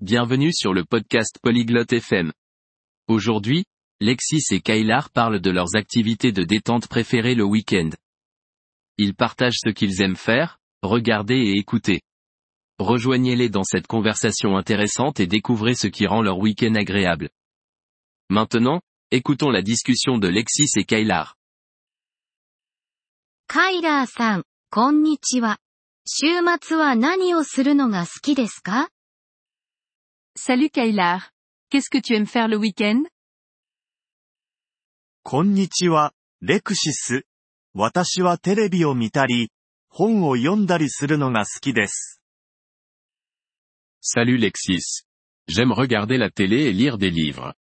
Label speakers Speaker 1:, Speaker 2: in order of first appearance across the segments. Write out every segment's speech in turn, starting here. Speaker 1: bienvenue sur le podcast Polyglotte FM. Aujourd'hui, Lexis et Kailar parlent de leurs activités de détente préférées le week-end. Ils partagent ce qu'ils aiment faire, regarder et écouter. Rejoignez-les dans cette conversation intéressante et découvrez ce qui rend leur week-end agréable. Maintenant, écoutons la discussion de Lexis et Kailar.
Speaker 2: カイラーさん、こんにちは。週末は何をするのが好きですか
Speaker 3: Salut Kailar. Qu'est-ce que tu aimes faire le week-end
Speaker 4: こんにちは、レクシス。私はテレビを見たり、本を読んだりするのが好きです。
Speaker 1: Salut Lexis. J'aime regarder la télé et lire des livres.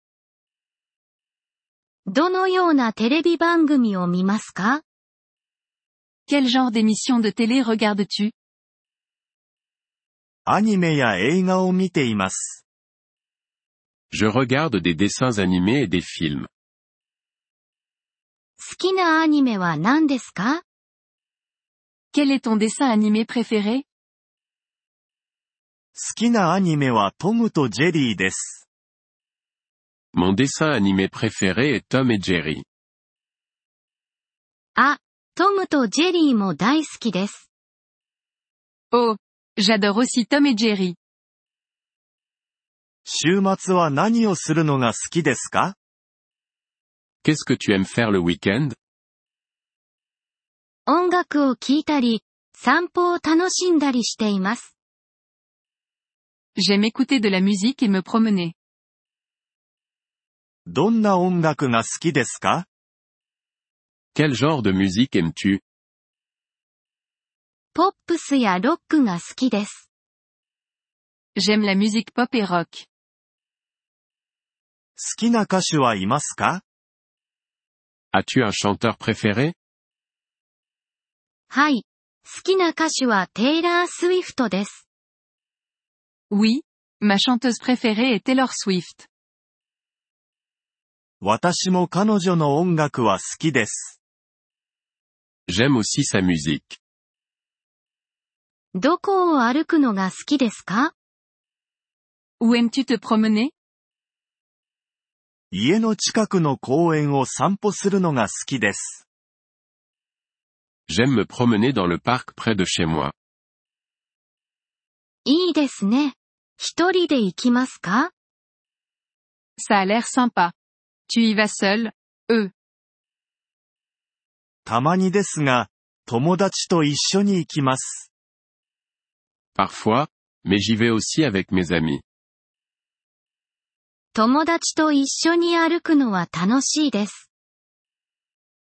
Speaker 2: どのようなテレビ番組を見ますか
Speaker 3: Quel genre d'émission de télé regardes-tu
Speaker 4: アニメや映画を見ています。
Speaker 1: Je regarde des dessins animés et des films.
Speaker 2: 好きなアニメは何ですか
Speaker 3: Quel est ton dessin animé préféré
Speaker 4: 好きなアニメはトムとジェリーです。
Speaker 1: Mon dessin animé préféré est Tom et Jerry.
Speaker 2: あ、トムとジェリーも大好きです。
Speaker 3: Oh, j'adore aussi Tom et Jerry.
Speaker 4: 週末は何をするのが好きですか
Speaker 1: Qu'est-ce que tu aimes faire le week-end
Speaker 2: 音楽を聴いたり、散歩を楽しんだりしています。
Speaker 3: J'aime écouter de la musique et me promener.
Speaker 4: どんな音楽が好きですか
Speaker 1: Quel genre de musique aimes-tu
Speaker 2: ポップスやロックが好きです。
Speaker 3: J'aime la musique pop et rock.
Speaker 4: 好きな歌手はいますか
Speaker 1: As-tu un chanteur préféré
Speaker 2: はい。好きな歌手はテイラー・スウィフトです。
Speaker 3: Oui, ma chanteuse préférée est Taylor Swift.
Speaker 4: 私も彼女の音楽は好きです。
Speaker 1: J'aime aussi sa musique.
Speaker 2: どこを歩くのが好きですか
Speaker 3: Où aimes-tu te promener
Speaker 4: 家の近くの公園を散歩するのが好きです。
Speaker 1: J'aime me promener dans le parc près de chez moi.
Speaker 2: いいですね。一人で行きますか
Speaker 3: Ça a l'air sympa. Tu y vas seul
Speaker 4: たまにですが、友達と一緒に行きます。
Speaker 1: Parfois, mais j'y vais aussi avec mes amis.
Speaker 2: 友達と一緒に歩くのは楽しいです。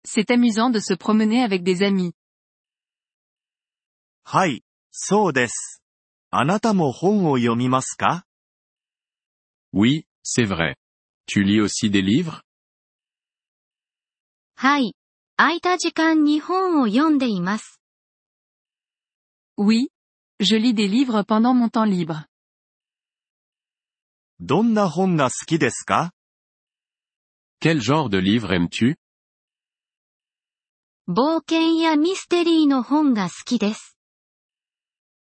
Speaker 3: C'est amusant de se promener avec des amis.
Speaker 4: はい、そうです。あなたも本を読みますか
Speaker 1: Oui, c'est vrai. Tu lis aussi des livres
Speaker 2: はい。空いた時間に本を読んでいます。
Speaker 3: Oui, je lis des livres pendant mon temps libre.
Speaker 4: どんな本が好きですか
Speaker 1: Quel genre de livres aimes-tu
Speaker 2: 冒険やミステリーの本が好きです。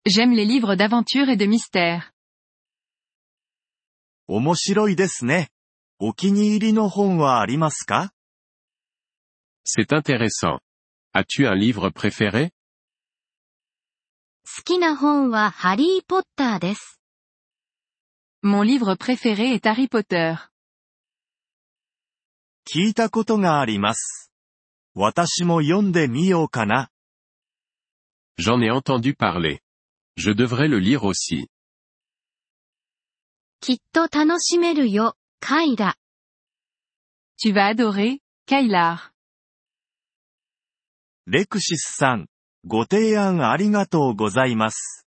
Speaker 3: J'aime les livres d'aventure et de mystère.
Speaker 4: 面白いですね。お気に入りの本はありますか
Speaker 1: C'est intéressant. As-tu un livre préféré
Speaker 2: 好きな本はハリーポッターです。
Speaker 3: Mon livre préféré est Harry Potter.
Speaker 4: 聞いたことがあります。私も読んでみようかな。
Speaker 1: J'en ai entendu parler. Je devrais le lire aussi.
Speaker 2: きっと楽しめるよ、カイラ。
Speaker 3: Tu vas adorer, Kailar.
Speaker 4: レクシスさん、ご提案ありがとうございます。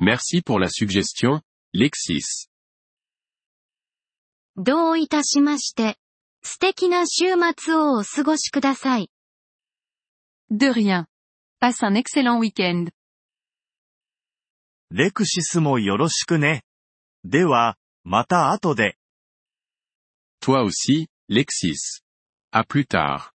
Speaker 1: Merci pour la suggestion, Lexis.
Speaker 2: どういたしまして。素敵な週末をお過ごしください。
Speaker 3: De rien. Passe un excellent week-end.
Speaker 4: レクシスもよろしくね。では、また後で。
Speaker 1: Toi aussi, Lexis. À plus tard.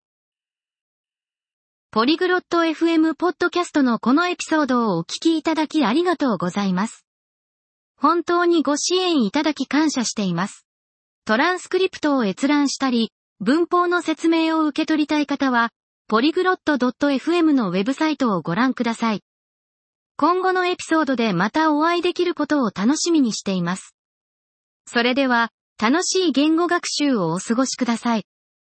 Speaker 2: ポリグロット FM ポッドキャストのこのエピソードをお聞きいただきありがとうございます。本当にご支援いただき感謝しています。トランスクリプトを閲覧したり、文法の説明を受け取りたい方は、polyglot.fm のウェブサイトをご覧ください。今後のエピソードでまたお会いできることを楽しみにしています。それでは、楽しい言語学習をお過ごしください。